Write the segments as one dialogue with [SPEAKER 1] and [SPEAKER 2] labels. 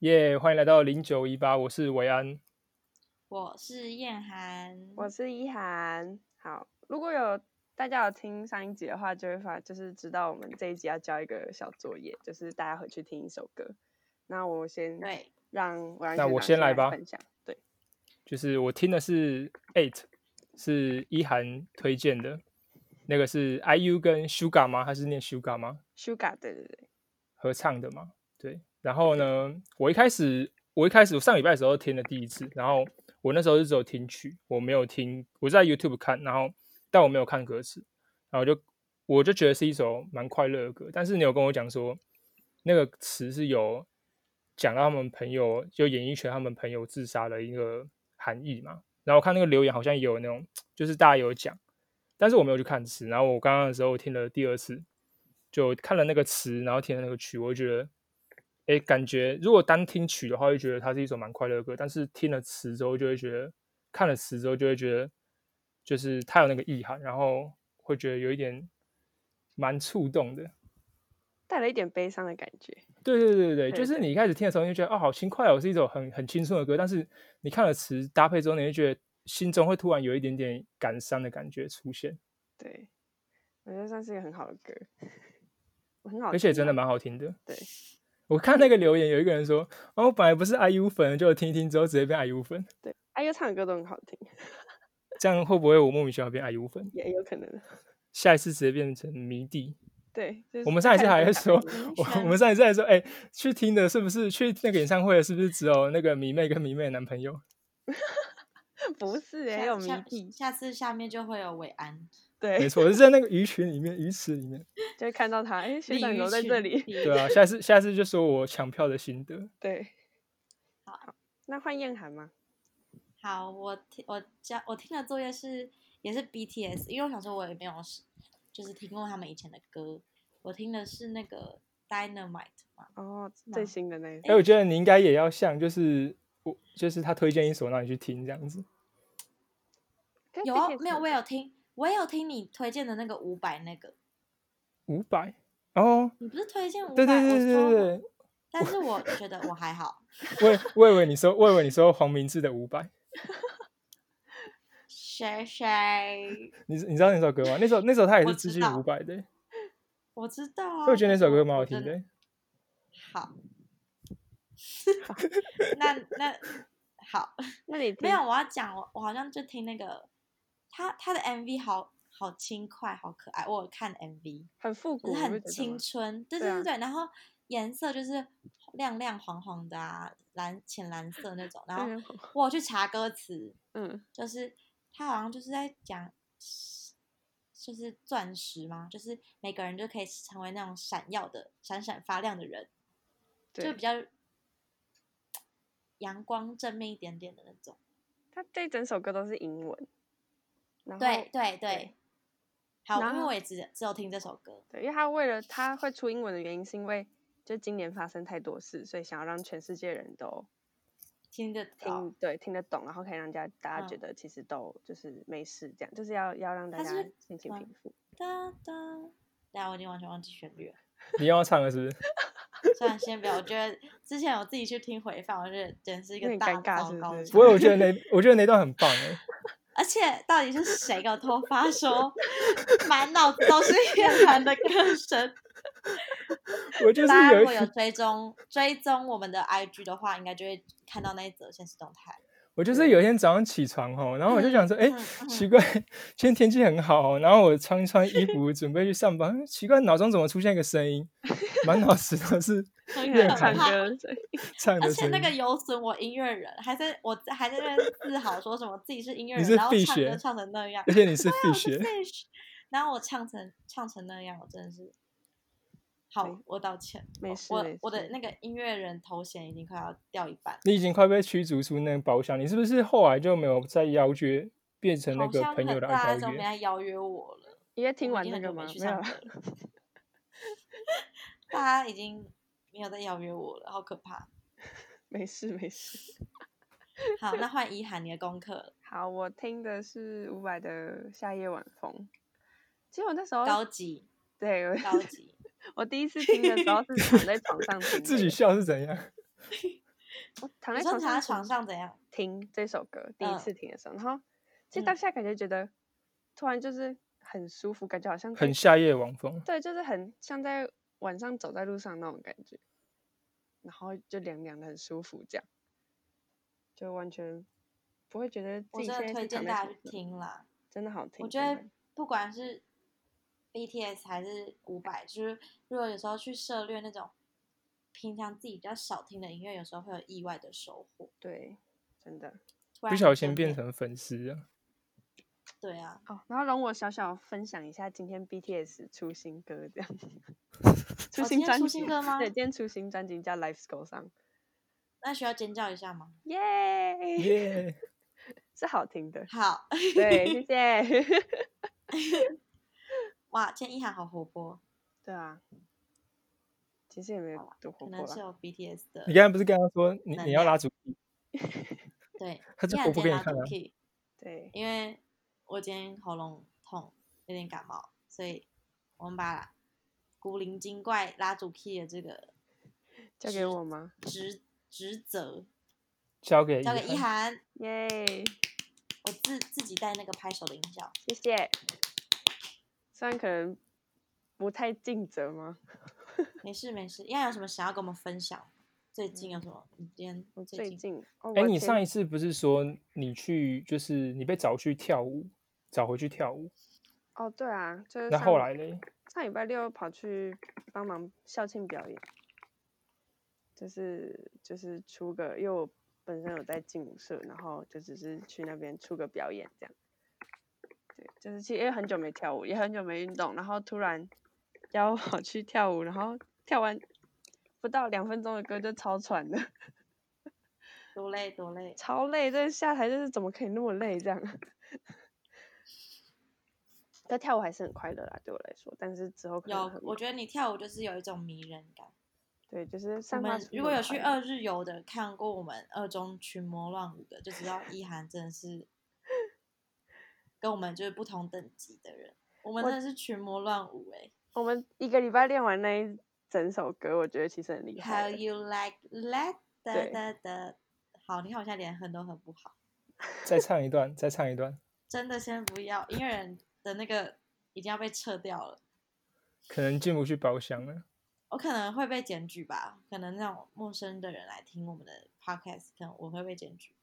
[SPEAKER 1] 耶欢迎来到零九一八，我是维安。
[SPEAKER 2] 我是燕涵，
[SPEAKER 3] 我是一涵。好，如果有大家有听上一集的话，就会发就是知道我们这一集要交一个小作业，就是大家回去听一首歌。那我先
[SPEAKER 2] 对
[SPEAKER 3] 让我让
[SPEAKER 1] 那
[SPEAKER 3] 学
[SPEAKER 1] 我
[SPEAKER 3] 长
[SPEAKER 1] 先来吧
[SPEAKER 3] 分享对，
[SPEAKER 1] 就是我听的是 Eight，是一涵推荐的，那个是 IU 跟 Suga 吗？他是念 Suga 吗？
[SPEAKER 3] Sugar，对对对，
[SPEAKER 1] 合唱的嘛。对，然后呢，我一开始我一开始我上礼拜的时候听了第一次，然后我那时候是只有听曲，我没有听，我在 YouTube 看，然后但我没有看歌词，然后就我就觉得是一首蛮快乐的歌，但是你有跟我讲说那个词是有讲到他们朋友就演艺圈他们朋友自杀的一个含义嘛，然后我看那个留言好像也有那种就是大家有讲，但是我没有去看词，然后我刚刚的时候听了第二次，就看了那个词，然后听了那个曲，我就觉得，哎，感觉如果单听曲的话，会觉得它是一首蛮快乐的歌，但是听了词之后，就会觉得看了词之后，就会觉得就是它有那个意涵，然后会觉得有一点蛮触动的。
[SPEAKER 3] 带了一点悲伤的感觉。
[SPEAKER 1] 对对对对，
[SPEAKER 3] 对
[SPEAKER 1] 就是你一开始听的时候，你就觉得哦，好轻快哦，是一首很很轻松的歌。但是你看了词搭配之后，你会觉得心中会突然有一点点感伤的感觉出现，
[SPEAKER 3] 对，我觉得算是一个很好的歌，很好听啊，
[SPEAKER 1] 而且真的蛮好听的。
[SPEAKER 3] 对，
[SPEAKER 1] 我看那个留言有一个人说，哦，我本来不是 IU 粉，就听一听之后直接变 IU 粉，
[SPEAKER 3] 对。哎呦，唱的歌都很好听，
[SPEAKER 1] 这样会不会我莫名其妙变 IU 粉？
[SPEAKER 3] 也有可能。
[SPEAKER 1] 下一次直接变成迷弟？
[SPEAKER 3] 对，就是
[SPEAKER 1] 我们上一次
[SPEAKER 3] 看
[SPEAKER 1] 还
[SPEAKER 3] 歌
[SPEAKER 1] 在说
[SPEAKER 3] 打歌
[SPEAKER 2] 明
[SPEAKER 1] 我
[SPEAKER 2] 轩
[SPEAKER 1] 我们上一次还说，哎、去听的是不是去那个演唱会的是不是只有那个迷妹跟迷妹的男朋友？
[SPEAKER 3] 不是哎、
[SPEAKER 2] 下
[SPEAKER 3] 有迷
[SPEAKER 2] 下
[SPEAKER 3] 弟，
[SPEAKER 2] 下次下面就会有伟安，
[SPEAKER 3] 对
[SPEAKER 1] 没，错，是在那个鱼群里面，鱼池里面。
[SPEAKER 3] 就会看到他，哎、学
[SPEAKER 2] 鲤
[SPEAKER 3] 长
[SPEAKER 2] 鱼
[SPEAKER 3] 怎么在这
[SPEAKER 2] 群
[SPEAKER 3] 里？
[SPEAKER 2] 鲤
[SPEAKER 1] 对啊，下次下次就说我抢票的心得。
[SPEAKER 3] 对，
[SPEAKER 2] 好
[SPEAKER 3] 好，那换燕涵吗？
[SPEAKER 2] 好，我听我教我听的作业是也是 BTS，因为我想说我也没有是就是听过他们以前的歌，我听的是那个 Dynamite 嘛，
[SPEAKER 3] 哦，
[SPEAKER 2] 是
[SPEAKER 3] 最
[SPEAKER 2] 吗
[SPEAKER 3] 新的那一
[SPEAKER 1] 哎、我觉得你应该也要像，就是我就是他推荐一首让你去听这样子。哎
[SPEAKER 3] 跟
[SPEAKER 2] 有啊
[SPEAKER 3] BTS，
[SPEAKER 2] 没有？
[SPEAKER 3] 的
[SPEAKER 2] 我也有听，我也有听你推荐的那个伍佰那个，
[SPEAKER 1] 五百哦，
[SPEAKER 2] 你不是推荐伍
[SPEAKER 1] 对
[SPEAKER 2] 佰？
[SPEAKER 1] 对对对
[SPEAKER 2] 我
[SPEAKER 1] 对
[SPEAKER 2] 说我，
[SPEAKER 1] 对。
[SPEAKER 2] 但是我觉得我还好，
[SPEAKER 1] 我以我以为你说，我以为你说黄明志的《五百》，
[SPEAKER 2] 谁谁，
[SPEAKER 1] 你你知道那首歌吗？那首那首他也
[SPEAKER 2] 我
[SPEAKER 1] 是
[SPEAKER 2] 知
[SPEAKER 1] 致敬
[SPEAKER 2] 道
[SPEAKER 1] 伍佰的欸，
[SPEAKER 2] 我知道啊，
[SPEAKER 1] 所以我觉得那
[SPEAKER 2] 但是
[SPEAKER 1] 首歌
[SPEAKER 2] 我
[SPEAKER 1] 蛮好
[SPEAKER 2] 我
[SPEAKER 1] 听
[SPEAKER 2] 真
[SPEAKER 1] 的欸。
[SPEAKER 2] 好，那那好，
[SPEAKER 3] 那你
[SPEAKER 2] 没
[SPEAKER 3] 听
[SPEAKER 2] 有，我要讲，我我好像就听那个他他的 MV 好好轻快，好可爱，我有看 MV，
[SPEAKER 3] 很复古，
[SPEAKER 2] 就是
[SPEAKER 3] 你不
[SPEAKER 2] 很
[SPEAKER 3] 觉得
[SPEAKER 2] 青
[SPEAKER 3] 吗
[SPEAKER 2] 春，对
[SPEAKER 3] 对
[SPEAKER 2] 对
[SPEAKER 3] 啊
[SPEAKER 2] 对对，然后颜色就是亮亮黄黄的啊，蓝浅蓝色那种，然后
[SPEAKER 3] 亮亮黄
[SPEAKER 2] 我有去查歌词，
[SPEAKER 3] 嗯，
[SPEAKER 2] 就是他好像就是在讲，就是钻石嘛，就是每个人就可以成为那种闪耀的、闪闪发亮的人，就
[SPEAKER 3] 对
[SPEAKER 2] 比，较阳光正面一点点的那种。
[SPEAKER 3] 他这整首歌都是英文，然后
[SPEAKER 2] 对对对
[SPEAKER 3] 对，
[SPEAKER 2] 好，
[SPEAKER 3] 然
[SPEAKER 2] 因为
[SPEAKER 3] 后
[SPEAKER 2] 我也只只有听这首歌，
[SPEAKER 3] 对，因为他为了他会出英文的原因，是因为就今年发生太多事，所以想要让全世界人都
[SPEAKER 2] 听得
[SPEAKER 3] 听、
[SPEAKER 2] 到。
[SPEAKER 3] 对听得懂，然后可以让大家大家觉
[SPEAKER 2] 嗯
[SPEAKER 3] 得其实都就是没事，这样就是要要让大
[SPEAKER 2] 它
[SPEAKER 3] 家
[SPEAKER 2] 是
[SPEAKER 3] 心情
[SPEAKER 2] 嗯
[SPEAKER 3] 平复。
[SPEAKER 2] 哒哒，对啊，我已经完全忘记旋律了。
[SPEAKER 1] 你要唱了是不是？
[SPEAKER 2] 算了，先不要。我觉得之前我自己去听回放，我觉得真是一
[SPEAKER 3] 有
[SPEAKER 2] 个
[SPEAKER 3] 点
[SPEAKER 2] 大
[SPEAKER 3] 尴尬
[SPEAKER 2] 糟
[SPEAKER 3] 是不
[SPEAKER 2] 糕
[SPEAKER 3] 是
[SPEAKER 1] 不会，
[SPEAKER 2] 场
[SPEAKER 1] 我觉得那我觉得那段很棒哎。
[SPEAKER 2] 而且到底是谁给我偷发说，满脑子都是叶凡的歌声？
[SPEAKER 1] 我就是
[SPEAKER 2] 大家
[SPEAKER 1] 有
[SPEAKER 2] 如
[SPEAKER 1] 一
[SPEAKER 2] 果有追踪追踪我们的 IG 的话，应该就会看到那一则现实动态。
[SPEAKER 1] 我就是有一天早上起床吼，然后我就想说，哎、
[SPEAKER 2] 嗯嗯
[SPEAKER 1] 奇怪，今天天气很好哦，然后我穿穿衣服准备去上班，嗯奇怪，脑中怎么出现一个声音，满脑子都 是
[SPEAKER 2] 很
[SPEAKER 1] 乐
[SPEAKER 2] 可
[SPEAKER 3] 唱
[SPEAKER 2] 怕
[SPEAKER 3] 歌，对
[SPEAKER 1] 唱的
[SPEAKER 2] 而
[SPEAKER 1] 声
[SPEAKER 2] 且
[SPEAKER 1] 音。
[SPEAKER 2] 那个有损我音乐人，还在我还在那边自豪说什么自己是音乐
[SPEAKER 1] 你
[SPEAKER 2] 人，
[SPEAKER 1] 是
[SPEAKER 2] 然后
[SPEAKER 1] 必
[SPEAKER 2] 唱
[SPEAKER 1] 学
[SPEAKER 2] 歌唱成 那样啊
[SPEAKER 1] 而，且你是
[SPEAKER 2] 我是
[SPEAKER 1] fish，
[SPEAKER 2] fish，然后我唱成唱成那样，我真的是
[SPEAKER 3] 没
[SPEAKER 2] 好，我道歉，
[SPEAKER 3] 没
[SPEAKER 2] 我
[SPEAKER 3] 事
[SPEAKER 2] 我
[SPEAKER 3] 没
[SPEAKER 2] 我的
[SPEAKER 3] 事
[SPEAKER 2] 那个音乐人头衔已经快要掉一半了，
[SPEAKER 1] 你已经快被驱逐出那个包厢，你是不是后来就没有再邀约，变成那
[SPEAKER 2] 好
[SPEAKER 1] 个
[SPEAKER 2] 像
[SPEAKER 1] 朋友
[SPEAKER 2] 很
[SPEAKER 1] 的
[SPEAKER 2] 大
[SPEAKER 1] 爱邀
[SPEAKER 2] 家都没
[SPEAKER 1] 约？
[SPEAKER 2] 来邀约我了。
[SPEAKER 3] 你在 听
[SPEAKER 2] 我
[SPEAKER 3] 完
[SPEAKER 2] 已经很
[SPEAKER 3] 那个
[SPEAKER 2] 久
[SPEAKER 3] 吗？
[SPEAKER 2] 没去
[SPEAKER 3] 没有
[SPEAKER 2] 上
[SPEAKER 3] 啊，
[SPEAKER 2] 课了， 大家已经没有再邀约我了，好可怕。
[SPEAKER 3] 没事没事。
[SPEAKER 2] 好，那换一涵你的功课了
[SPEAKER 3] 好，我听的是伍佰的《夏夜晚风》。其实我那时候
[SPEAKER 2] 高级
[SPEAKER 3] 对我
[SPEAKER 2] 高级，
[SPEAKER 3] 我第一次听的时候是躺在床上听的
[SPEAKER 1] 自己
[SPEAKER 3] 耶
[SPEAKER 1] 笑是怎样？
[SPEAKER 3] 我躺
[SPEAKER 2] 你说
[SPEAKER 3] 在
[SPEAKER 2] 躺在
[SPEAKER 3] 床上
[SPEAKER 2] 床
[SPEAKER 3] 上。
[SPEAKER 2] 上怎样？
[SPEAKER 3] 听这首歌，第一
[SPEAKER 2] 嗯
[SPEAKER 3] 次听的时候，然后其
[SPEAKER 2] 嗯
[SPEAKER 3] 实当下感觉觉得突然就是很舒服，感觉好像在
[SPEAKER 1] 很夏夜晚风，
[SPEAKER 3] 对，就是很像在晚上走在路上那种感觉，然后就凉凉的很舒服，这样就完全不会觉得自
[SPEAKER 2] 我
[SPEAKER 3] 己
[SPEAKER 2] 真的
[SPEAKER 3] 现在
[SPEAKER 2] 推
[SPEAKER 3] 是
[SPEAKER 2] 荐
[SPEAKER 3] 躺
[SPEAKER 2] 大家
[SPEAKER 3] 在
[SPEAKER 2] 去
[SPEAKER 3] 床上
[SPEAKER 2] 听啦。
[SPEAKER 3] 真的好听。
[SPEAKER 2] 我觉
[SPEAKER 3] 真的
[SPEAKER 2] 得不管是 BTS 还是伍佰，就是如果有时候去涉略那种平常自己比较少听的音乐，有时候会有意外的收获。
[SPEAKER 3] 对，真的
[SPEAKER 2] 突
[SPEAKER 1] 不
[SPEAKER 2] 然很
[SPEAKER 1] 小心
[SPEAKER 2] 正
[SPEAKER 1] 变
[SPEAKER 2] 面
[SPEAKER 1] 成粉丝了。
[SPEAKER 2] 对啊，
[SPEAKER 3] 哦。然后容我小小分享一下今天 BTS 出新歌这样， 出
[SPEAKER 2] 哦今
[SPEAKER 3] 新
[SPEAKER 2] 天
[SPEAKER 3] 专
[SPEAKER 2] 出
[SPEAKER 3] 辑、
[SPEAKER 2] 新歌吗
[SPEAKER 3] 对，今天出新专辑叫《Life's Go Song》，
[SPEAKER 2] 那需要尖叫一下吗？
[SPEAKER 3] 耶、
[SPEAKER 1] 耶、
[SPEAKER 3] 是好听 的。
[SPEAKER 2] 好，
[SPEAKER 3] 对，谢谢。
[SPEAKER 2] 哇，今天一涵好活泼，
[SPEAKER 3] 对啊，其实也没
[SPEAKER 2] 好
[SPEAKER 3] 有
[SPEAKER 2] 啦
[SPEAKER 3] 多
[SPEAKER 2] 可
[SPEAKER 3] 活泼
[SPEAKER 2] 能是
[SPEAKER 3] 啦。
[SPEAKER 2] 有 BTS 的
[SPEAKER 1] 你刚才不是跟他说你
[SPEAKER 2] 能
[SPEAKER 1] 你要
[SPEAKER 2] 量
[SPEAKER 1] 拉主题，
[SPEAKER 2] 对，
[SPEAKER 1] 他
[SPEAKER 2] 一
[SPEAKER 1] 就
[SPEAKER 2] 涵
[SPEAKER 1] 活
[SPEAKER 2] 今
[SPEAKER 1] 泼
[SPEAKER 2] 天
[SPEAKER 1] 给
[SPEAKER 2] 拉
[SPEAKER 1] 你看啊
[SPEAKER 2] key，
[SPEAKER 3] 对，
[SPEAKER 2] 因为我今天喉咙痛，有点感冒，所以我们把古灵精怪拉主 key 的这个
[SPEAKER 3] 交给我吗？
[SPEAKER 2] 职职责
[SPEAKER 1] 交给
[SPEAKER 2] 交给一
[SPEAKER 1] 涵。
[SPEAKER 2] 涵，
[SPEAKER 3] 耶、
[SPEAKER 2] 我自自己带那个拍手的音效，
[SPEAKER 3] 谢谢。虽然可能不太尽责吗？
[SPEAKER 2] 没事没事。一涵有什么想要跟我们分享？最近有
[SPEAKER 1] 嗯
[SPEAKER 2] 什么？你今天
[SPEAKER 3] 我
[SPEAKER 2] 最
[SPEAKER 3] 最近，哦，
[SPEAKER 1] 哎、
[SPEAKER 3] 我
[SPEAKER 1] 你
[SPEAKER 3] 前
[SPEAKER 1] 上一次不是说你去就是你被找去跳舞，找回去跳舞，
[SPEAKER 3] 哦，对啊，就是
[SPEAKER 1] 那
[SPEAKER 3] 上
[SPEAKER 1] 后来嘞？
[SPEAKER 3] 上礼拜六跑去帮忙校庆表演，就是就是出个，因为我本身有在劲舞社，然后就只是去那边出个表演这样。对，就是其实因为很久没跳舞，也很久没运动，然后突然邀我去跳舞，然后跳完不到两分钟的歌就超喘的，
[SPEAKER 2] 多累多累，
[SPEAKER 3] 超累，这下台就是怎么可以那么累这样？ 但跳舞还是很快乐啦，对我来说，但是之后可能
[SPEAKER 2] 有
[SPEAKER 3] 很
[SPEAKER 1] 哦
[SPEAKER 2] 我觉得你跳舞就是有一种迷人感。
[SPEAKER 3] 对，就是
[SPEAKER 2] 我
[SPEAKER 3] 散发
[SPEAKER 2] 们
[SPEAKER 3] 出
[SPEAKER 2] 如果
[SPEAKER 3] 那
[SPEAKER 2] 有
[SPEAKER 3] 种
[SPEAKER 2] 去
[SPEAKER 3] 快乐
[SPEAKER 2] 二日游的看过我们二中群魔乱舞的，就知道一涵真的 是跟我们就是不同等级的人，我们
[SPEAKER 3] 我
[SPEAKER 2] 真的是群魔乱舞哎、
[SPEAKER 3] 我们一个礼拜练完那一整首歌，我觉得其实很厉害
[SPEAKER 2] How
[SPEAKER 3] 了。
[SPEAKER 2] you like that？哒
[SPEAKER 3] 对
[SPEAKER 2] 哒哒。好，你看我现在连哼都哼不好，
[SPEAKER 1] 再唱一段，再唱一段，
[SPEAKER 2] 真的先不要，音乐人的那个已经要被撤掉了，
[SPEAKER 1] 可能进不去包厢了。
[SPEAKER 2] 我可能会被检举吧，可能那种陌生的人来听我们的 podcast，可能我会被检举。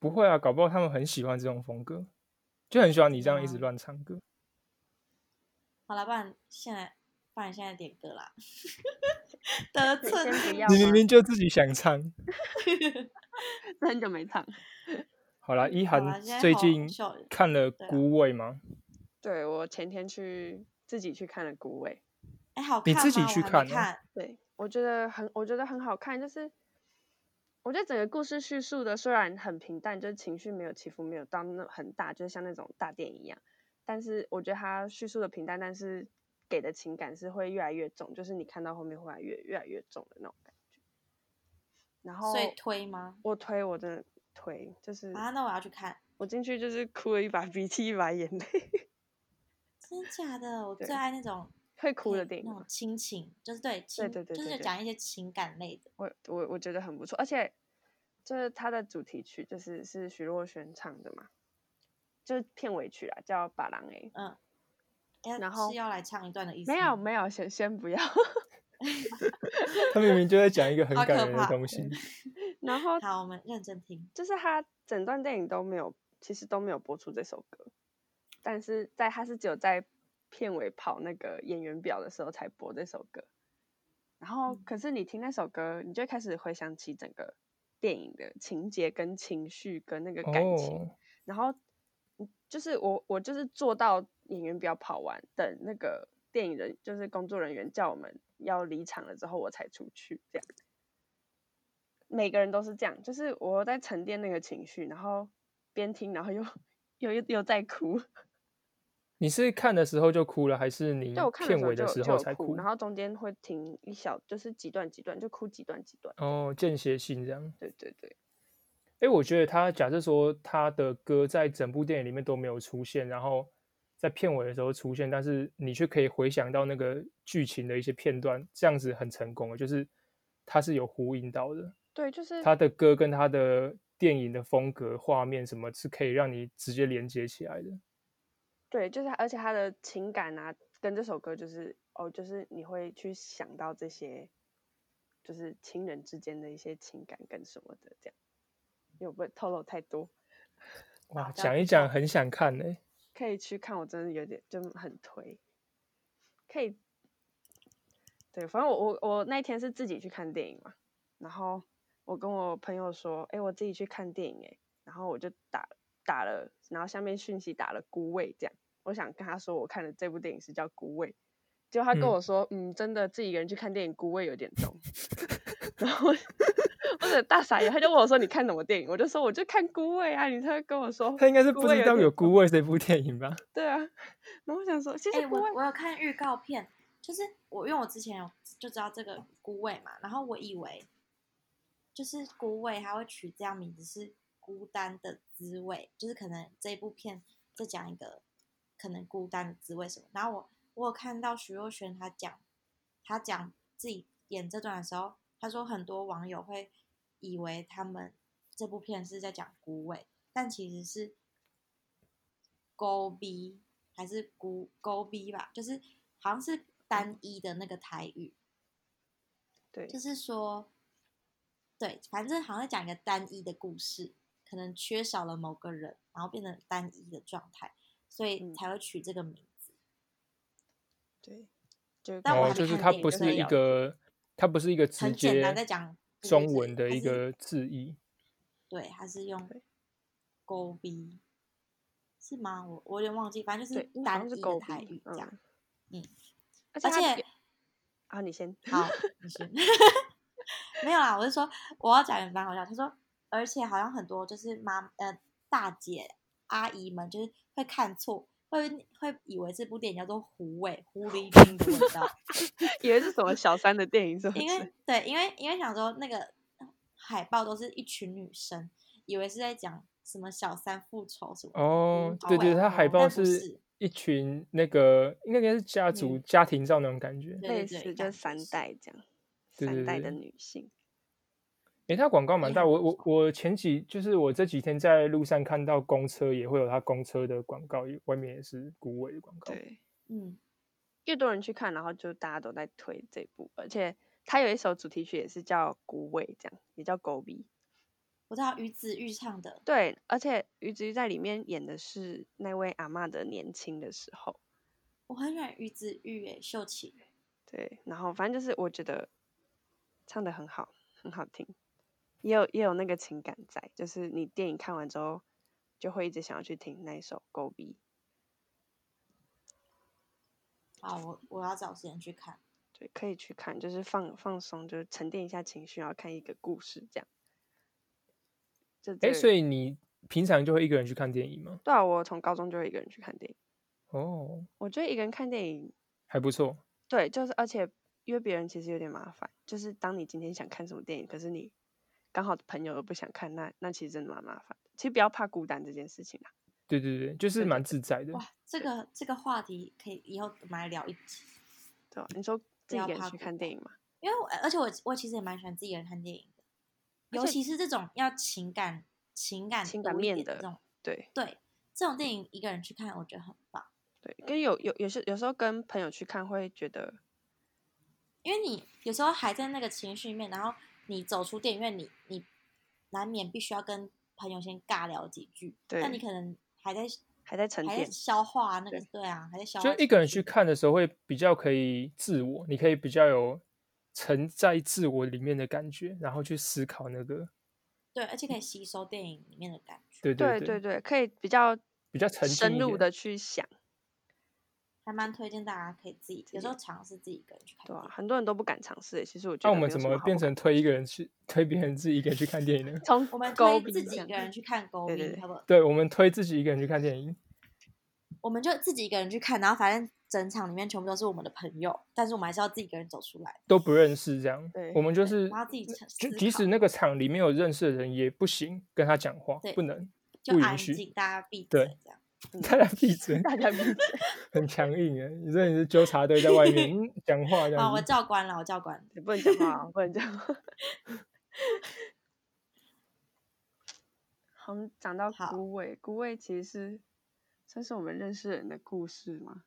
[SPEAKER 1] 不会啊，搞不好他们很喜欢这种风格，就很喜欢你这样一直
[SPEAKER 2] 哇
[SPEAKER 1] 乱唱歌。
[SPEAKER 2] 好了，不然现在，不然现在点歌啦， 得
[SPEAKER 3] 先
[SPEAKER 2] 寸
[SPEAKER 3] 先不
[SPEAKER 2] 进
[SPEAKER 3] 要
[SPEAKER 1] 你
[SPEAKER 3] 吗
[SPEAKER 1] 明明就自己想唱。
[SPEAKER 3] 很久没唱，
[SPEAKER 1] 好啦，一
[SPEAKER 2] 啦
[SPEAKER 1] 涵
[SPEAKER 2] 现在
[SPEAKER 1] 最
[SPEAKER 2] 好
[SPEAKER 1] 近
[SPEAKER 2] 秀
[SPEAKER 1] 看了
[SPEAKER 2] 对
[SPEAKER 1] 《
[SPEAKER 2] 啊
[SPEAKER 1] 孤味》吗？
[SPEAKER 3] 对我前天去自己去看了《孤味》，
[SPEAKER 2] 哎、好看
[SPEAKER 1] 你
[SPEAKER 2] 吗？
[SPEAKER 1] 自己去
[SPEAKER 2] 我还
[SPEAKER 1] 看
[SPEAKER 2] 没
[SPEAKER 1] 哦
[SPEAKER 2] 看，
[SPEAKER 3] 对我觉得很，我觉得很好看，就是我觉得整个故事叙述的虽然很平淡，就是情绪没有起伏，没有到那很大，就是像那种大电影一样，但是我觉得它叙述的平淡，但是给的情感是会越来越重，就是你看到后面会越来越越来越重的那种感觉。然后
[SPEAKER 2] 所以推吗？
[SPEAKER 3] 我推，我真的推，就是
[SPEAKER 2] 啊，那我要去看，
[SPEAKER 3] 我进去就是哭了一把鼻涕一把眼泪，
[SPEAKER 2] 真的假的？我
[SPEAKER 3] 对
[SPEAKER 2] 最爱那种
[SPEAKER 3] 会哭
[SPEAKER 2] 可以
[SPEAKER 3] 的电影
[SPEAKER 2] 那种亲情，就是对亲，
[SPEAKER 3] 对对
[SPEAKER 2] 就是
[SPEAKER 3] 对对
[SPEAKER 2] 讲一些情感类的。
[SPEAKER 3] 我我我觉得很不错，而且就是它的主题曲就是是徐若瑄唱的嘛，就是片尾曲啦，叫《把郎 A》。
[SPEAKER 2] 哎
[SPEAKER 3] 然后
[SPEAKER 2] 是嗯要来唱一段的意思吗？
[SPEAKER 3] 没有没有，先先不要。
[SPEAKER 1] 他明明就在讲一个很
[SPEAKER 2] 好可
[SPEAKER 1] 感人的
[SPEAKER 2] 怕
[SPEAKER 1] 东西。
[SPEAKER 3] 然后
[SPEAKER 2] 好，我们认真听。
[SPEAKER 3] 就是他整段电影都没有，其实都没有播出这首歌，但是在他是只有在片尾跑那个演员表的时候才播这首歌。然后，可是你听那首歌，你就会开始回想起整个电影的情节、跟情绪、跟那个感情。
[SPEAKER 1] 哦，
[SPEAKER 3] 然后嗯就是我我就是做到演员表跑完，等那个电影人就是工作人员叫我们要离场了之后，我才出去这样。每个人都是这样，就是我在沉淀那个情绪，然后边听，然后又又又又在哭。
[SPEAKER 1] 你是看的时候就哭了，还是你
[SPEAKER 3] 就我看的
[SPEAKER 1] 嗯片
[SPEAKER 3] 时候
[SPEAKER 1] 尾
[SPEAKER 3] 就
[SPEAKER 1] 的
[SPEAKER 3] 有
[SPEAKER 1] 时
[SPEAKER 3] 就有
[SPEAKER 1] 候才
[SPEAKER 3] 哭，然后中间会停一小，就是几段几段就哭几段几段。
[SPEAKER 1] 哦，间歇性这样。
[SPEAKER 3] 对对对，
[SPEAKER 1] 哎，我觉得他假设说他的歌在整部电影里面都没有出现，然后在片尾的时候出现，但是你却可以回想到那欸个剧情的一些片段，这样子很成功了，就是它是有呼应到的。
[SPEAKER 3] 对，
[SPEAKER 2] 嗯
[SPEAKER 3] 就是
[SPEAKER 1] 他的歌跟他的电影的风格、画面什么是可以让你直接连接起来的。
[SPEAKER 3] 对，就是而且他的情感啊，跟这首歌就是哦，就是你会去想到这些，就是亲人之间的一些情感跟什么的这样，又不会透露太多，
[SPEAKER 1] 哇，
[SPEAKER 2] 好的
[SPEAKER 1] 讲一讲很想看欸呢、
[SPEAKER 3] 可以去看。我真的有点就很推，可以。对，反正我我我那一天是自己去看电影嘛，然后我跟我朋友说，哎，我自己去看电影哎，然后我就打打了，然后下面讯息打了孤味这样，我想跟他说我看的这部电影是叫孤味，结果他跟
[SPEAKER 1] 嗯
[SPEAKER 3] 我说，嗯真的自己一个人去看电影孤味有点重，然后我我整个大傻眼，他就问我说你看什么电影，我就说我就看孤味啊，你才会跟我说
[SPEAKER 1] 他应该是不
[SPEAKER 3] 孤味
[SPEAKER 1] 知
[SPEAKER 3] 有
[SPEAKER 1] 道
[SPEAKER 3] 点
[SPEAKER 1] 有《孤味》这部电影吧？
[SPEAKER 3] 对啊，然后我想说其
[SPEAKER 2] 哎、
[SPEAKER 3] 实孤味
[SPEAKER 2] 我我有看预告片，就是我因为我之前有就知道这个孤味嘛，然后我以为就是孤味它会取这样名字是孤单的滋味，就是可能这部片在讲一个可能孤单的滋味什么。然后我我有看到徐若瑄她讲她讲自己演这段的时候，她说很多网友会以为他们这部片是在讲孤味，但其实是勾逼还是孤勾逼吧，就是好像是单一的那个台语，
[SPEAKER 3] 对
[SPEAKER 2] 就是说，对，反正好像在讲一个单一的故事，可能缺少了某个人，然后变成单一的状态，所以
[SPEAKER 3] 嗯
[SPEAKER 2] 才会取这个名字。
[SPEAKER 3] 对，就
[SPEAKER 2] 但我
[SPEAKER 3] 我
[SPEAKER 2] 还
[SPEAKER 1] 哦，
[SPEAKER 2] 没
[SPEAKER 1] 就是
[SPEAKER 2] 看
[SPEAKER 1] 它
[SPEAKER 2] 电影
[SPEAKER 1] 不
[SPEAKER 2] 所
[SPEAKER 1] 是
[SPEAKER 2] 以
[SPEAKER 1] 一
[SPEAKER 2] 了
[SPEAKER 1] 个，它不是一个直
[SPEAKER 2] 很简
[SPEAKER 1] 接
[SPEAKER 2] 单在讲故事
[SPEAKER 1] 中文的
[SPEAKER 2] 它
[SPEAKER 1] 一
[SPEAKER 2] 是
[SPEAKER 1] 个字义。
[SPEAKER 2] 对，它是用
[SPEAKER 3] 对
[SPEAKER 2] 勾逼，是吗？我我有点忘记，反正就是
[SPEAKER 3] 对，因为好
[SPEAKER 2] 单
[SPEAKER 3] 像是
[SPEAKER 2] 一的
[SPEAKER 3] 狗
[SPEAKER 2] 台
[SPEAKER 3] 鼻
[SPEAKER 2] 语，这样。
[SPEAKER 3] 嗯
[SPEAKER 2] 嗯，而
[SPEAKER 3] 而且它
[SPEAKER 2] 且
[SPEAKER 3] 比啊，你先，
[SPEAKER 2] 好，你先。 没有啦，我是说我要讲也蛮好笑。他说，而且好像很多就是妈呃大姐阿姨们就是会看错，会会以为这部电影叫做狐味狐狸精的味 道，
[SPEAKER 3] 以为是什么小三的电影是不
[SPEAKER 2] 因
[SPEAKER 3] 是？
[SPEAKER 2] 为对，因为因为想说那个海报都是一群女生，以为是在讲什么小三复仇什么的。
[SPEAKER 1] 哦，
[SPEAKER 2] 好
[SPEAKER 1] 对对，
[SPEAKER 2] 欸
[SPEAKER 1] 它海
[SPEAKER 2] 哦
[SPEAKER 1] 报
[SPEAKER 2] 但不
[SPEAKER 1] 是
[SPEAKER 2] 是
[SPEAKER 1] 一群那个，应该应该是家族
[SPEAKER 3] 嗯
[SPEAKER 1] 家庭照那种感觉。
[SPEAKER 2] 对对
[SPEAKER 3] 类似
[SPEAKER 2] 感
[SPEAKER 3] 就
[SPEAKER 2] 觉
[SPEAKER 3] 三
[SPEAKER 2] 是
[SPEAKER 3] 代这样，
[SPEAKER 1] 对对
[SPEAKER 3] 三代的
[SPEAKER 1] 对
[SPEAKER 3] 女性，
[SPEAKER 1] 诶，它广告蛮
[SPEAKER 2] 也
[SPEAKER 1] 大，
[SPEAKER 2] 很
[SPEAKER 1] 我
[SPEAKER 2] 不
[SPEAKER 1] 我我前几就是我这几天在路上看到公车也会有它公车的广告，也外面也是古伟的广告。
[SPEAKER 3] 对，
[SPEAKER 2] 嗯，
[SPEAKER 3] 越多人去看，然后就大家都在推这部，而且它有一首主题曲也是叫《孤味》，这样也叫《狗鼻》。
[SPEAKER 2] 我知道于子玉唱的，
[SPEAKER 3] 对，而且于子玉在里面演的是那位阿嬷的年轻的时候，
[SPEAKER 2] 我很喜欢于子玉诶，秀琴。
[SPEAKER 3] 对，然后反正就是我觉得唱的很好，很好听，也有也有那个情感在，就是你电影看完之后就会一直想要去听那一首《狗逼
[SPEAKER 2] 好，我我要找时间去看。》，
[SPEAKER 3] 对，可以去看，就是放放松，就是沉淀一下情绪，然后看一个故事这样。就
[SPEAKER 1] 诶，
[SPEAKER 3] 这
[SPEAKER 1] 所以你平常就会一个人去看电影吗？
[SPEAKER 3] 对啊，我从高中就会一个人去看电影，
[SPEAKER 1] 哦，
[SPEAKER 3] 我觉得一个人看电影，
[SPEAKER 1] 还不错。
[SPEAKER 3] 对，就是而且约别人其实有点麻烦，就是当你今天想看什么电影，可是你刚好朋友又不想看，那那其实真的蛮麻烦的。其实不要怕孤单这件事情啊。
[SPEAKER 1] 对对对，就是
[SPEAKER 3] 对对
[SPEAKER 1] 蛮
[SPEAKER 3] 对
[SPEAKER 1] 自在的。
[SPEAKER 2] 哇，这个这个话题可以以后我们来聊一集，
[SPEAKER 3] 对啊，你说自己
[SPEAKER 2] 要
[SPEAKER 3] 一个人
[SPEAKER 2] 怕
[SPEAKER 3] 去
[SPEAKER 2] 孤
[SPEAKER 3] 看
[SPEAKER 2] 单
[SPEAKER 3] 电影嘛？
[SPEAKER 2] 因为我而且我我其实也蛮喜欢自己一个人看电影的，
[SPEAKER 3] 而
[SPEAKER 2] 尤
[SPEAKER 3] 且
[SPEAKER 2] 其是这种要情感情感
[SPEAKER 3] 情感
[SPEAKER 2] 多一
[SPEAKER 3] 面
[SPEAKER 2] 点的
[SPEAKER 3] 的
[SPEAKER 2] 这种，
[SPEAKER 3] 对
[SPEAKER 2] 对这种电影一个人去看，我觉得很棒，
[SPEAKER 3] 对，跟有有有些有时候跟朋友去看会觉得，
[SPEAKER 2] 因为你有时候还在那个情绪里面，然后你走出电影院，你你难免必须要跟朋友先尬聊几句，那
[SPEAKER 3] 对
[SPEAKER 2] 你可能还在
[SPEAKER 3] 还在沉
[SPEAKER 2] 还在
[SPEAKER 3] 淀
[SPEAKER 2] 消化那个
[SPEAKER 3] 对
[SPEAKER 2] 对啊，还在消化
[SPEAKER 1] 就
[SPEAKER 2] 情绪，
[SPEAKER 1] 一个人去看的时候，会比较可以自我，你可以比较有沉在自我里面的感觉，然后去思考那个，
[SPEAKER 2] 对，而且可以吸收电影里面的感觉，
[SPEAKER 1] 对
[SPEAKER 3] 对
[SPEAKER 1] 对，
[SPEAKER 3] 对对，可以比较
[SPEAKER 1] 比较沉
[SPEAKER 3] 深
[SPEAKER 1] 浸一
[SPEAKER 3] 入
[SPEAKER 1] 点
[SPEAKER 3] 的去想，
[SPEAKER 2] 还蛮推荐大家可以自己，有时
[SPEAKER 3] 己
[SPEAKER 2] 候尝试自己一个人去看
[SPEAKER 3] 对
[SPEAKER 2] 电
[SPEAKER 3] 啊
[SPEAKER 2] 影。，
[SPEAKER 3] 很多人都不敢尝试欸。其实我觉
[SPEAKER 1] 那
[SPEAKER 3] 得
[SPEAKER 1] 我们
[SPEAKER 3] 没有
[SPEAKER 1] 怎
[SPEAKER 3] 什么
[SPEAKER 1] 么
[SPEAKER 3] 好
[SPEAKER 1] 变
[SPEAKER 3] 不
[SPEAKER 1] 成
[SPEAKER 3] 敢
[SPEAKER 1] 推一个人去推别人自己一个人去看电影呢？
[SPEAKER 3] 从
[SPEAKER 2] 我们
[SPEAKER 3] 勾
[SPEAKER 2] 推
[SPEAKER 3] 鼻
[SPEAKER 2] 自
[SPEAKER 3] 这
[SPEAKER 2] 己一
[SPEAKER 3] 样
[SPEAKER 2] 个人去看勾
[SPEAKER 3] 对对
[SPEAKER 2] 逼，
[SPEAKER 3] 对
[SPEAKER 2] 好不好？
[SPEAKER 1] 对，我们推自己一个人去看电影，
[SPEAKER 2] 我们就自己一个人去看，然后反正整场里面全部都是我们的朋友，但是我们还是要自己一个人走出来，
[SPEAKER 1] 都不认识这样
[SPEAKER 3] 对，
[SPEAKER 1] 我们就是
[SPEAKER 2] 然后自己沉
[SPEAKER 1] 就
[SPEAKER 2] 思
[SPEAKER 1] 即
[SPEAKER 2] 考
[SPEAKER 1] 使那个场里面有认识的人也不行，跟他讲话
[SPEAKER 2] 对
[SPEAKER 1] 不能，
[SPEAKER 2] 就
[SPEAKER 1] 不允
[SPEAKER 2] 安
[SPEAKER 1] 许
[SPEAKER 2] 静，大家闭
[SPEAKER 1] 对
[SPEAKER 2] 嘴这样。
[SPEAKER 3] 嗯
[SPEAKER 1] 大家闭嘴，
[SPEAKER 3] 大家闭嘴
[SPEAKER 1] 很强硬哎，你这你是纠察队在外面嗯讲话这
[SPEAKER 2] 好，
[SPEAKER 1] 样
[SPEAKER 2] 哦我
[SPEAKER 1] 子，
[SPEAKER 2] 教官了，我教官。
[SPEAKER 3] 你不能讲话啊，不能讲话。 好，我们讲到
[SPEAKER 2] 好
[SPEAKER 3] 孤味，孤味其实是算是我们认识人的故事吗？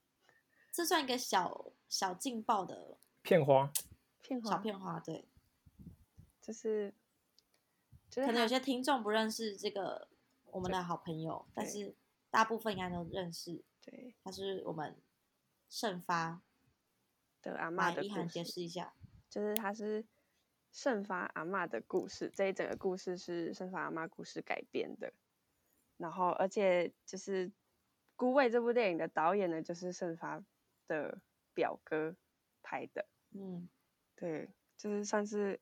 [SPEAKER 2] 这算一个小小劲爆的
[SPEAKER 1] 片花，
[SPEAKER 3] 片
[SPEAKER 2] 小
[SPEAKER 3] 花
[SPEAKER 2] 片花，对，
[SPEAKER 3] 就是就是
[SPEAKER 2] 可能
[SPEAKER 3] 它
[SPEAKER 2] 有些听众不认识这个我们的好朋友，但
[SPEAKER 3] 啊对
[SPEAKER 2] 是大部分应该都认识，
[SPEAKER 3] 对
[SPEAKER 2] 他是我们盛发，
[SPEAKER 3] 的阿嬷
[SPEAKER 2] 来
[SPEAKER 3] 的
[SPEAKER 2] 一涵
[SPEAKER 3] 故
[SPEAKER 2] 解
[SPEAKER 3] 事，
[SPEAKER 2] 释一下，
[SPEAKER 3] 就是它是盛发阿嬷的故事，这一整个故事是盛发阿嬷故事改编的。然后，而且就是《孤味》这部电影的导演呢，就是盛发的表哥拍的。
[SPEAKER 2] 嗯，
[SPEAKER 3] 对，就是算是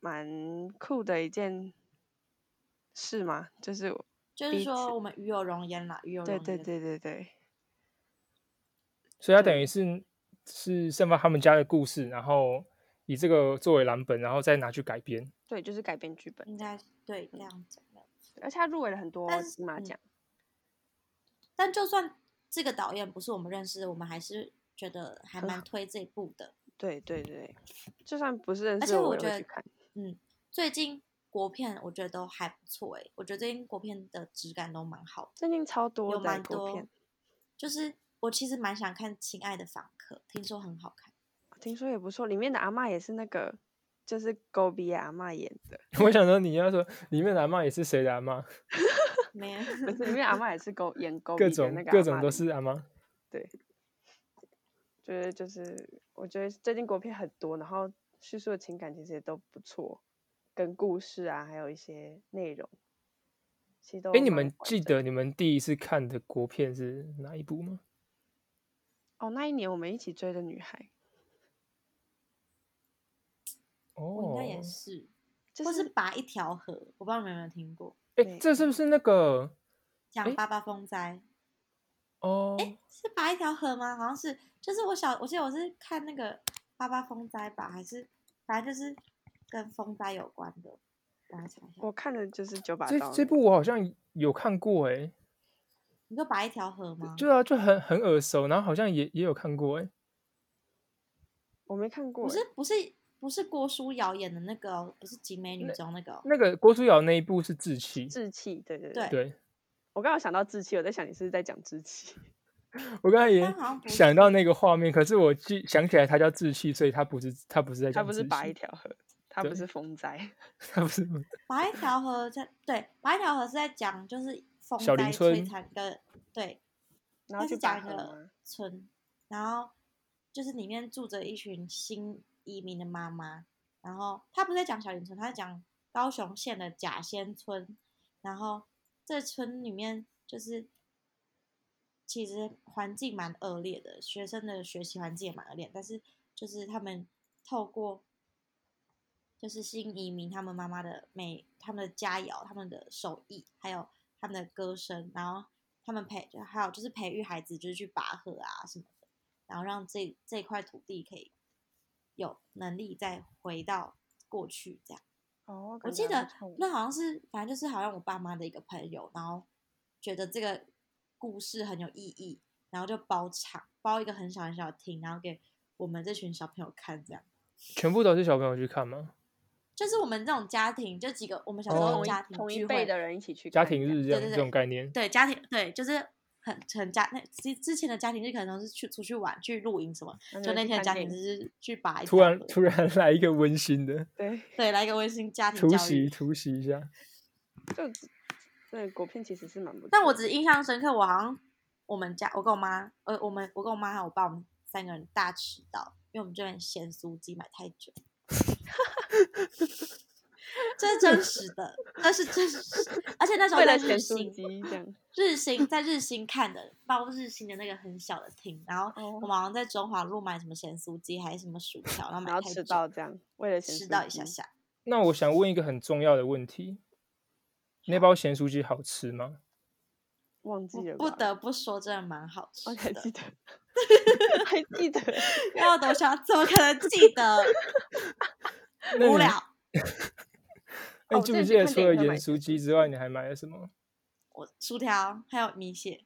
[SPEAKER 3] 蛮酷的一件事嘛，就是我
[SPEAKER 2] 就是
[SPEAKER 3] 彼
[SPEAKER 2] 说
[SPEAKER 3] 此
[SPEAKER 2] 我们与有容焉啦，与有容
[SPEAKER 3] 对
[SPEAKER 2] 焉，
[SPEAKER 3] 对，对对对
[SPEAKER 1] 所以它
[SPEAKER 3] 嗯
[SPEAKER 1] 等于是是盛发他们家的故事，然后以这个作为蓝本，然后再拿去改编。
[SPEAKER 3] 对，就是改编剧本，
[SPEAKER 2] 应该是对这
[SPEAKER 3] 嗯
[SPEAKER 2] 样讲的。
[SPEAKER 3] 而且他入围了很多
[SPEAKER 2] 但是
[SPEAKER 3] 金马
[SPEAKER 2] 嗯
[SPEAKER 3] 奖，
[SPEAKER 2] 但就算这个导演不是我们认识的，我们还是觉得还
[SPEAKER 3] 很
[SPEAKER 2] 蛮
[SPEAKER 3] 好
[SPEAKER 2] 推这一部的。
[SPEAKER 3] 对对对，就算不是认
[SPEAKER 2] 而
[SPEAKER 3] 识
[SPEAKER 2] 且
[SPEAKER 3] 我
[SPEAKER 2] 我
[SPEAKER 3] 也
[SPEAKER 2] 觉
[SPEAKER 3] 会
[SPEAKER 2] 得
[SPEAKER 3] 去看，
[SPEAKER 2] 嗯，最近国片我觉得都还不错诶、我觉得最近国片的质感都蛮好的，
[SPEAKER 3] 最近超多
[SPEAKER 2] 有
[SPEAKER 3] 的
[SPEAKER 2] 蛮
[SPEAKER 3] 国
[SPEAKER 2] 多
[SPEAKER 3] 片，，
[SPEAKER 2] 就是我其实蛮想看《亲爱的访客》，听说很好 看。
[SPEAKER 3] 听说也不错，里面的阿嬷也是那个就是狗比阿嬷演的，
[SPEAKER 1] 我想说，你要说里面的阿嬷也是谁的阿嬷，
[SPEAKER 2] 没 有，
[SPEAKER 3] 不是里面阿嬷也是狗 演狗
[SPEAKER 1] 各
[SPEAKER 3] 比的
[SPEAKER 1] 种
[SPEAKER 3] 那个
[SPEAKER 1] 各
[SPEAKER 3] 阿
[SPEAKER 1] 种
[SPEAKER 3] 嬷
[SPEAKER 1] 都
[SPEAKER 3] 的
[SPEAKER 1] 是阿嬷。
[SPEAKER 3] 对，觉得就是我觉得最近国片很多，然后叙述的情感其实也都不错，跟故事啊，还有一些内容，其实都
[SPEAKER 1] 哎，你
[SPEAKER 3] 蛮
[SPEAKER 1] 们
[SPEAKER 3] 完
[SPEAKER 1] 记
[SPEAKER 3] 整
[SPEAKER 1] 得你们第一次看的国片是哪一部吗？
[SPEAKER 3] 哦？那一年我们一起追的女孩，
[SPEAKER 2] 我应
[SPEAKER 1] 哦
[SPEAKER 2] 该，也是，
[SPEAKER 3] 就
[SPEAKER 2] 或
[SPEAKER 3] 是
[SPEAKER 2] 是拔一条河，我不知道你们有没有听过，
[SPEAKER 1] 哎，这是不是那个？
[SPEAKER 2] 讲
[SPEAKER 1] 诶
[SPEAKER 2] 八八风灾。
[SPEAKER 1] 哦，
[SPEAKER 2] 是拔一条河吗？好像是，就是我小，我记得我是看那个八八风灾吧，还是反正就是跟风灾有关的。我来查一下，
[SPEAKER 3] 我看的就是九把
[SPEAKER 1] 这
[SPEAKER 3] 刀
[SPEAKER 1] 这
[SPEAKER 3] 那
[SPEAKER 1] 部我好像有看过哎、
[SPEAKER 2] 你说拔一条河吗？
[SPEAKER 1] 对啊，就很很耳熟，然后好像也也有看过哎、
[SPEAKER 3] 我没看过
[SPEAKER 2] 不
[SPEAKER 3] 欸，
[SPEAKER 2] 是不是不是郭书瑶演的那个、哦，不是《景美女中》那个、哦，
[SPEAKER 1] 那个郭书瑶那一部是《志气》，
[SPEAKER 3] 志气，对对
[SPEAKER 2] 对
[SPEAKER 1] 对
[SPEAKER 3] 我刚刚想到志气，我在想你是不是在讲志气，
[SPEAKER 1] 我刚才也
[SPEAKER 2] 但好像不是
[SPEAKER 1] 想到那个画面，可是我记想起来它叫《志气》，所以它不是它不是在
[SPEAKER 3] 他
[SPEAKER 1] 讲
[SPEAKER 3] 不
[SPEAKER 1] 志
[SPEAKER 3] 是
[SPEAKER 1] 气，
[SPEAKER 3] 拔一条河，他不
[SPEAKER 1] 对
[SPEAKER 3] 是 风灾，
[SPEAKER 1] 它不是
[SPEAKER 2] 拔一条河在对，拔一条河是在讲就是风
[SPEAKER 1] 小林
[SPEAKER 2] 灾
[SPEAKER 1] 村
[SPEAKER 2] 摧残的，对，
[SPEAKER 3] 然后
[SPEAKER 2] 它
[SPEAKER 3] 去
[SPEAKER 2] 是
[SPEAKER 3] 拔
[SPEAKER 2] 讲一
[SPEAKER 3] 河
[SPEAKER 2] 个
[SPEAKER 3] 吗？
[SPEAKER 2] 村，然后就是里面住着一群新移民的妈妈，然后他不是在讲小林村，他在讲高雄县的甲仙村，然后这村里面就是其实环境蛮恶劣的，学生的学习环境也蛮恶劣，但是就是他们透过就是新移民他们妈妈的美，他们的佳肴、他们的手艺，还有他们的歌声，然后他们培就还有就是培育孩子，就是去拔河啊什么的，然后让这这块土地可以有能力再回到过去这样。
[SPEAKER 3] 哦，
[SPEAKER 2] 我
[SPEAKER 3] 感
[SPEAKER 2] 记
[SPEAKER 3] 觉还
[SPEAKER 2] 得
[SPEAKER 3] 不错
[SPEAKER 2] 那好像是，反正就是好像我爸妈的一个朋友，然后觉得这个故事很有意义，然后就包场，包一个很小很小的厅，然后给我们这群小朋友看，这样。
[SPEAKER 1] 全部都是小朋友去看吗？
[SPEAKER 2] 就是我们这种家庭，就几个我们小时
[SPEAKER 1] 哦
[SPEAKER 2] 候
[SPEAKER 3] 同
[SPEAKER 2] 的
[SPEAKER 3] 一
[SPEAKER 2] 家庭
[SPEAKER 3] 同一
[SPEAKER 2] 聚
[SPEAKER 3] 辈
[SPEAKER 2] 会
[SPEAKER 3] 的，人一起去
[SPEAKER 1] 家
[SPEAKER 3] 看
[SPEAKER 1] 庭
[SPEAKER 3] 这样
[SPEAKER 1] 日这样
[SPEAKER 2] 对对
[SPEAKER 1] 这种
[SPEAKER 2] 对
[SPEAKER 1] 概念，
[SPEAKER 2] 对家庭，对，就是很很家那之之前的家庭日可能都是去出去玩、去露营什么，
[SPEAKER 3] 然后
[SPEAKER 2] 就那
[SPEAKER 3] 你们嗯去
[SPEAKER 2] 天的
[SPEAKER 3] 看
[SPEAKER 2] 家
[SPEAKER 3] 电
[SPEAKER 2] 庭
[SPEAKER 3] 影
[SPEAKER 2] 就是去拔一
[SPEAKER 1] 突
[SPEAKER 2] 条
[SPEAKER 1] 然
[SPEAKER 2] 河
[SPEAKER 1] 突然来一个温馨的
[SPEAKER 3] 对，
[SPEAKER 2] 对来一个温馨家庭
[SPEAKER 1] 突
[SPEAKER 2] 教
[SPEAKER 1] 袭
[SPEAKER 2] 育。
[SPEAKER 1] 突袭一下，
[SPEAKER 3] 就那国片其实是蛮不错的。
[SPEAKER 2] 但我只印象深刻，我好像我们家我跟我妈，呃，我们我跟我妈还有我爸，我们三个人大迟到，因为我们这边咸酥鸡买太久。 这是真实的，那是真实，而且那时候
[SPEAKER 3] 为
[SPEAKER 2] 在
[SPEAKER 3] 了
[SPEAKER 2] 日
[SPEAKER 3] 咸酥
[SPEAKER 2] 新，
[SPEAKER 3] 鸡这样，
[SPEAKER 2] 日新在日新看的，包日新的那个很小的厅，然后
[SPEAKER 3] 哦
[SPEAKER 2] 我们好像在中华路买什么咸酥鸡还是什么薯条，然后买
[SPEAKER 3] 然后
[SPEAKER 2] 太
[SPEAKER 3] 吃
[SPEAKER 2] 久
[SPEAKER 3] 到这样，为了咸
[SPEAKER 2] 吃
[SPEAKER 3] 酥
[SPEAKER 2] 到一下
[SPEAKER 3] 鸡
[SPEAKER 2] 下，
[SPEAKER 1] 那我想问一个很重要的问题：那包咸酥鸡好吃吗？
[SPEAKER 3] 忘记
[SPEAKER 2] 我
[SPEAKER 3] 了
[SPEAKER 2] 不
[SPEAKER 3] 吧，
[SPEAKER 2] 得不说真的蛮好吃
[SPEAKER 3] 我还
[SPEAKER 2] 的
[SPEAKER 3] 记， 得，还记得，
[SPEAKER 2] 要我多想怎么可能记得？
[SPEAKER 1] 那
[SPEAKER 2] 无
[SPEAKER 1] 你
[SPEAKER 2] 聊，
[SPEAKER 1] 那
[SPEAKER 3] 哦
[SPEAKER 1] 你记不
[SPEAKER 3] 我之前
[SPEAKER 1] 记得除
[SPEAKER 3] 去看电
[SPEAKER 1] 了
[SPEAKER 3] 影会
[SPEAKER 1] 盐
[SPEAKER 3] 买
[SPEAKER 1] 酥鸡之外，你还买了什么？
[SPEAKER 2] 我薯条还有米血，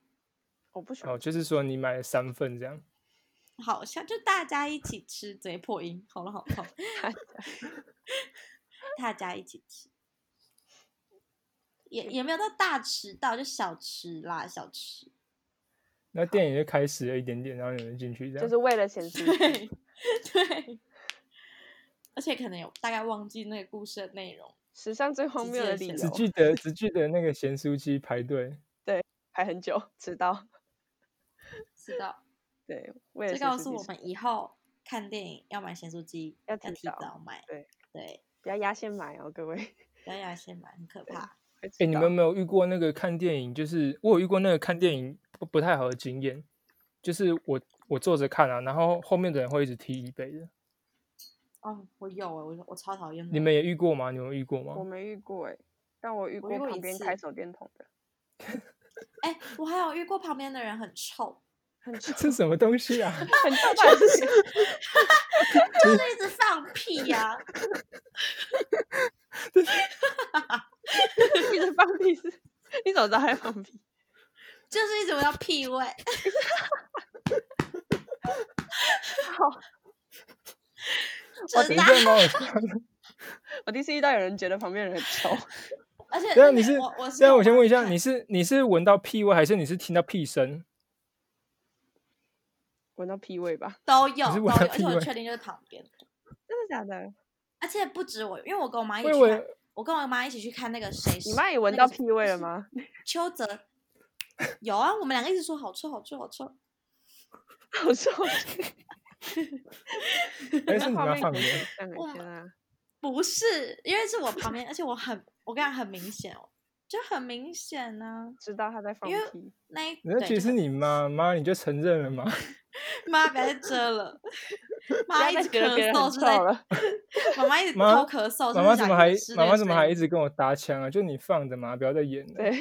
[SPEAKER 3] 我不喜欢
[SPEAKER 1] 哦，就是说你买了三份这样。
[SPEAKER 2] 好像就大家一起吃，嘴破音，喉咙好痛。
[SPEAKER 3] 它。
[SPEAKER 2] 大家一起吃，也也没有到大迟到，就小吃啦，小吃。
[SPEAKER 1] 那电影就开始了一点点，然后你们进去这
[SPEAKER 3] 就
[SPEAKER 1] 样。
[SPEAKER 3] 是为了 钱支付。
[SPEAKER 2] 对对，而且可能有大概忘记那个故事的内容，
[SPEAKER 3] 史上最荒
[SPEAKER 2] 直
[SPEAKER 3] 谬
[SPEAKER 2] 接
[SPEAKER 3] 的
[SPEAKER 2] 的
[SPEAKER 3] 理
[SPEAKER 2] 选
[SPEAKER 1] 只
[SPEAKER 3] 由，
[SPEAKER 1] 记得只记得那个咸酥鸡排 队，
[SPEAKER 3] 排很久，迟到。
[SPEAKER 2] 知道？
[SPEAKER 3] 对，为了
[SPEAKER 2] 就
[SPEAKER 3] 钱
[SPEAKER 2] 告
[SPEAKER 3] 支
[SPEAKER 2] 诉
[SPEAKER 3] 付
[SPEAKER 2] 我们以后看电影要买咸酥鸡，
[SPEAKER 3] 要
[SPEAKER 2] 要
[SPEAKER 3] 提
[SPEAKER 2] 提
[SPEAKER 3] 早
[SPEAKER 2] 早买。
[SPEAKER 3] 对
[SPEAKER 2] 对，
[SPEAKER 3] 不要压线买哦，各位。
[SPEAKER 2] 不要压线买，很可
[SPEAKER 3] 对
[SPEAKER 2] 怕。
[SPEAKER 3] 哎、
[SPEAKER 1] 哎、你们有没有遇过那个看电影？就是我有遇过那个看电影不不太好的经验，就是我我坐着看啊，然后后面的人会一直踢椅背的。
[SPEAKER 2] 哦，我有哎，我我超讨厌的。
[SPEAKER 1] 你们也遇过吗？你们遇过
[SPEAKER 3] 嗯我
[SPEAKER 1] 吗？
[SPEAKER 3] 没遇过哎、但我遇
[SPEAKER 2] 我
[SPEAKER 3] 过
[SPEAKER 2] 遇过
[SPEAKER 3] 旁
[SPEAKER 2] 一
[SPEAKER 3] 边
[SPEAKER 2] 次
[SPEAKER 3] 开手电筒 的，
[SPEAKER 2] 哎、我还有遇过旁边的人很 臭，
[SPEAKER 3] 很
[SPEAKER 1] 这是什么东西 啊？
[SPEAKER 3] 很臭到底是
[SPEAKER 2] 就是一直放屁呀、
[SPEAKER 3] 一直放屁是？ 你怎么知道他在放屁？
[SPEAKER 2] 就是一直闻到屁 味。
[SPEAKER 3] 我
[SPEAKER 2] 真
[SPEAKER 1] 你
[SPEAKER 2] 的
[SPEAKER 1] 这
[SPEAKER 2] 啊，
[SPEAKER 1] 蛮好笑的。
[SPEAKER 3] 我第一次遇到有人觉得旁边人很臭，
[SPEAKER 2] 而且
[SPEAKER 1] 对啊，
[SPEAKER 2] 那
[SPEAKER 1] 你
[SPEAKER 2] 个
[SPEAKER 1] 是
[SPEAKER 2] 我我是
[SPEAKER 1] 对啊，
[SPEAKER 2] 有
[SPEAKER 1] 我先
[SPEAKER 2] 帮
[SPEAKER 1] 问一
[SPEAKER 2] 他
[SPEAKER 1] 下，
[SPEAKER 2] 看
[SPEAKER 1] 你是你是闻到屁味，还是你是听到屁声？
[SPEAKER 3] 闻到屁味吧？
[SPEAKER 2] 都有
[SPEAKER 1] 你是
[SPEAKER 2] 都有，
[SPEAKER 1] 闻到
[SPEAKER 2] 而且
[SPEAKER 1] 屁
[SPEAKER 2] 我
[SPEAKER 1] 味
[SPEAKER 2] 确定就是旁边的，
[SPEAKER 3] 真的假的？
[SPEAKER 2] 而且不止我，因为我跟我妈一
[SPEAKER 1] 我以
[SPEAKER 2] 起去看
[SPEAKER 1] 为，
[SPEAKER 2] 我跟我妈一起去看那个谁，
[SPEAKER 3] 你妈也闻
[SPEAKER 2] 那个
[SPEAKER 3] 到
[SPEAKER 2] 谁
[SPEAKER 3] 屁味了？吗？
[SPEAKER 2] 邱泽有啊，我们两个一直说好臭好臭好臭，
[SPEAKER 3] 好臭！
[SPEAKER 1] 还哎是你
[SPEAKER 3] 画
[SPEAKER 1] 妈
[SPEAKER 3] 面
[SPEAKER 1] 放
[SPEAKER 3] 可
[SPEAKER 1] 的
[SPEAKER 3] 以？想象
[SPEAKER 2] 哇
[SPEAKER 3] 一下啊，
[SPEAKER 2] 不是，因为是我旁边，而且我很我跟你讲很明显哦，就很明显呢、
[SPEAKER 3] 知道他在放
[SPEAKER 2] 因为
[SPEAKER 3] 屁，
[SPEAKER 2] 那一
[SPEAKER 1] 那
[SPEAKER 2] 对
[SPEAKER 1] 其
[SPEAKER 2] 就
[SPEAKER 1] 实
[SPEAKER 2] 很
[SPEAKER 1] 你妈妈，你就承认了嘛。
[SPEAKER 2] 妈不要再遮 了，
[SPEAKER 3] 不
[SPEAKER 2] 妈
[SPEAKER 3] 要
[SPEAKER 2] 一
[SPEAKER 3] 再
[SPEAKER 2] 直
[SPEAKER 3] 觉得别
[SPEAKER 2] 咳
[SPEAKER 3] 人
[SPEAKER 2] 嗽
[SPEAKER 3] 很
[SPEAKER 2] 是
[SPEAKER 3] 臭
[SPEAKER 2] 在
[SPEAKER 3] 了。
[SPEAKER 2] 妈妈一直偷
[SPEAKER 1] 妈
[SPEAKER 2] 咳
[SPEAKER 1] 妈
[SPEAKER 2] 嗽，哦是不
[SPEAKER 1] 妈怎
[SPEAKER 2] 是想
[SPEAKER 1] 么还
[SPEAKER 2] 吃
[SPEAKER 1] 妈
[SPEAKER 2] 那
[SPEAKER 1] 妈
[SPEAKER 2] 个
[SPEAKER 1] 怎么
[SPEAKER 2] 声
[SPEAKER 1] 还
[SPEAKER 2] 音
[SPEAKER 1] 一直跟我搭腔啊？就你放的嘛，不要再演了。
[SPEAKER 3] 对，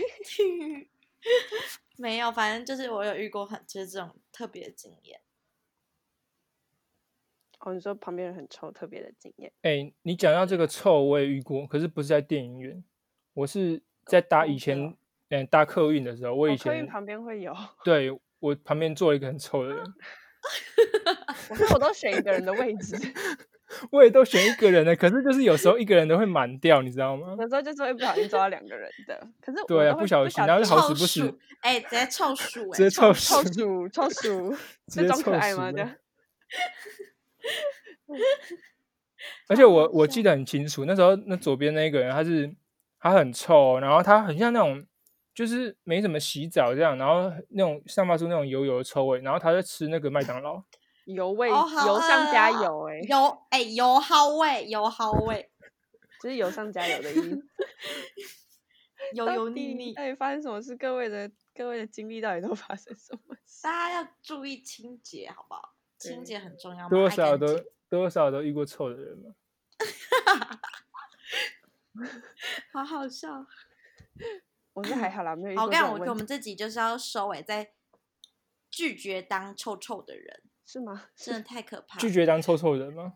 [SPEAKER 2] 没有，反正就是我有遇过很就是这种特别的经验。
[SPEAKER 3] 哦，你说旁边人很臭，特别的惊艳。
[SPEAKER 1] 哎、你讲到这个臭，我也遇过，可是不是在电影院，我是在搭
[SPEAKER 2] 公
[SPEAKER 1] 以
[SPEAKER 2] 车
[SPEAKER 1] 前，
[SPEAKER 2] 哦
[SPEAKER 1] 嗯、搭客运的时候，我
[SPEAKER 3] 哦
[SPEAKER 1] 以
[SPEAKER 3] 客运
[SPEAKER 1] 前、
[SPEAKER 3] 旁边会有，
[SPEAKER 1] 对我旁边坐了一个很臭的人，
[SPEAKER 3] 我说我都选一个人的位置，
[SPEAKER 1] 我也都选一个人的，可是就是有时候一个人都会满掉，你知道吗？
[SPEAKER 3] 有时候就是会不小心抓到两个人的。可是我
[SPEAKER 1] 对啊
[SPEAKER 3] 都
[SPEAKER 1] 不
[SPEAKER 3] 会
[SPEAKER 1] 小
[SPEAKER 3] 不
[SPEAKER 1] 心然后就好死
[SPEAKER 2] 臭
[SPEAKER 1] 不死
[SPEAKER 2] 鼠，哎、直接臭鼠、
[SPEAKER 1] 直接
[SPEAKER 2] 哎，臭
[SPEAKER 1] 臭
[SPEAKER 2] 鼠
[SPEAKER 3] 臭
[SPEAKER 1] 鼠
[SPEAKER 3] 鼠，臭鼠，
[SPEAKER 1] 直
[SPEAKER 3] 这
[SPEAKER 1] 接
[SPEAKER 3] 装
[SPEAKER 1] 臭
[SPEAKER 3] 可爱
[SPEAKER 1] 死
[SPEAKER 3] 吗？
[SPEAKER 1] 了
[SPEAKER 3] 这样
[SPEAKER 1] 而且
[SPEAKER 2] 好
[SPEAKER 1] 我
[SPEAKER 2] 好
[SPEAKER 1] 我
[SPEAKER 2] 笑
[SPEAKER 1] 记得很清楚，那时候那左边那个人他是他很臭哦，然后他很像那种就是没怎么洗澡这样，然后那种散发出那种油油的臭味，然后他在吃那个麦当劳，
[SPEAKER 3] 油味，
[SPEAKER 2] 哦好
[SPEAKER 3] 油上加
[SPEAKER 2] 饿啊
[SPEAKER 3] 油，哎，
[SPEAKER 2] 油哎、油耗味，油耗味，
[SPEAKER 3] 就是油上加油 的意思。
[SPEAKER 2] 油
[SPEAKER 3] 到
[SPEAKER 2] 油腻
[SPEAKER 3] 底
[SPEAKER 2] 腻，
[SPEAKER 3] 到底发生什么事？各位的各位的经历到底都发生什么 事？
[SPEAKER 2] 大家要注意清洁，好不好？清
[SPEAKER 3] 对
[SPEAKER 2] 洁很重要嘛，
[SPEAKER 1] 多
[SPEAKER 2] 爱
[SPEAKER 1] 少
[SPEAKER 2] 干
[SPEAKER 1] 都
[SPEAKER 2] 净
[SPEAKER 1] 多少都遇过臭的人嘛。
[SPEAKER 2] 好好笑。
[SPEAKER 3] 我是还好啦，没有遇
[SPEAKER 2] 好，
[SPEAKER 3] 过
[SPEAKER 2] 我
[SPEAKER 3] 这
[SPEAKER 2] 看
[SPEAKER 3] 种
[SPEAKER 2] 我觉得我
[SPEAKER 3] 问题，
[SPEAKER 2] 们这集就是要收尾，在拒绝当臭臭的人，
[SPEAKER 3] 是吗？
[SPEAKER 2] 真的太可怕。
[SPEAKER 1] 拒绝当臭臭人吗？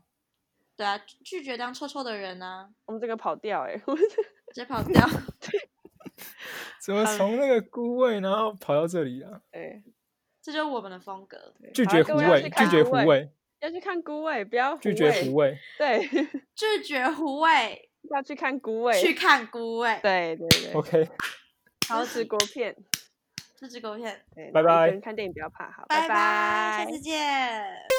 [SPEAKER 2] 对啊，拒绝当臭臭的人呢、
[SPEAKER 3] 我们这个跑调，哎，
[SPEAKER 2] 直接跑掉。
[SPEAKER 1] 怎么
[SPEAKER 3] 好了
[SPEAKER 1] 从那个孤味然后跑到这里啊？
[SPEAKER 3] 对，
[SPEAKER 2] 这就是我们的风格，
[SPEAKER 3] 对
[SPEAKER 1] 拒
[SPEAKER 3] 好
[SPEAKER 1] 绝
[SPEAKER 3] 啦
[SPEAKER 1] 胡
[SPEAKER 3] 各位要
[SPEAKER 1] 味，
[SPEAKER 3] 去
[SPEAKER 1] 拒
[SPEAKER 3] 看
[SPEAKER 1] 绝
[SPEAKER 3] 孤
[SPEAKER 1] 胡，味，
[SPEAKER 3] 要去看孤味，不要
[SPEAKER 1] 拒
[SPEAKER 3] 胡
[SPEAKER 1] 绝
[SPEAKER 3] 味
[SPEAKER 1] 胡味。
[SPEAKER 3] 对，
[SPEAKER 2] 拒绝胡味，
[SPEAKER 3] 要去看孤味，
[SPEAKER 2] 去看孤味，
[SPEAKER 3] 对对对，
[SPEAKER 1] OK，
[SPEAKER 2] 好
[SPEAKER 3] 支持
[SPEAKER 2] 吃
[SPEAKER 3] 国片，
[SPEAKER 2] 这支狗片，
[SPEAKER 3] 对
[SPEAKER 1] 拜
[SPEAKER 3] 然后一个
[SPEAKER 1] 拜
[SPEAKER 3] 人看电影不要怕，好，
[SPEAKER 2] 拜下
[SPEAKER 3] 拜
[SPEAKER 2] 次见。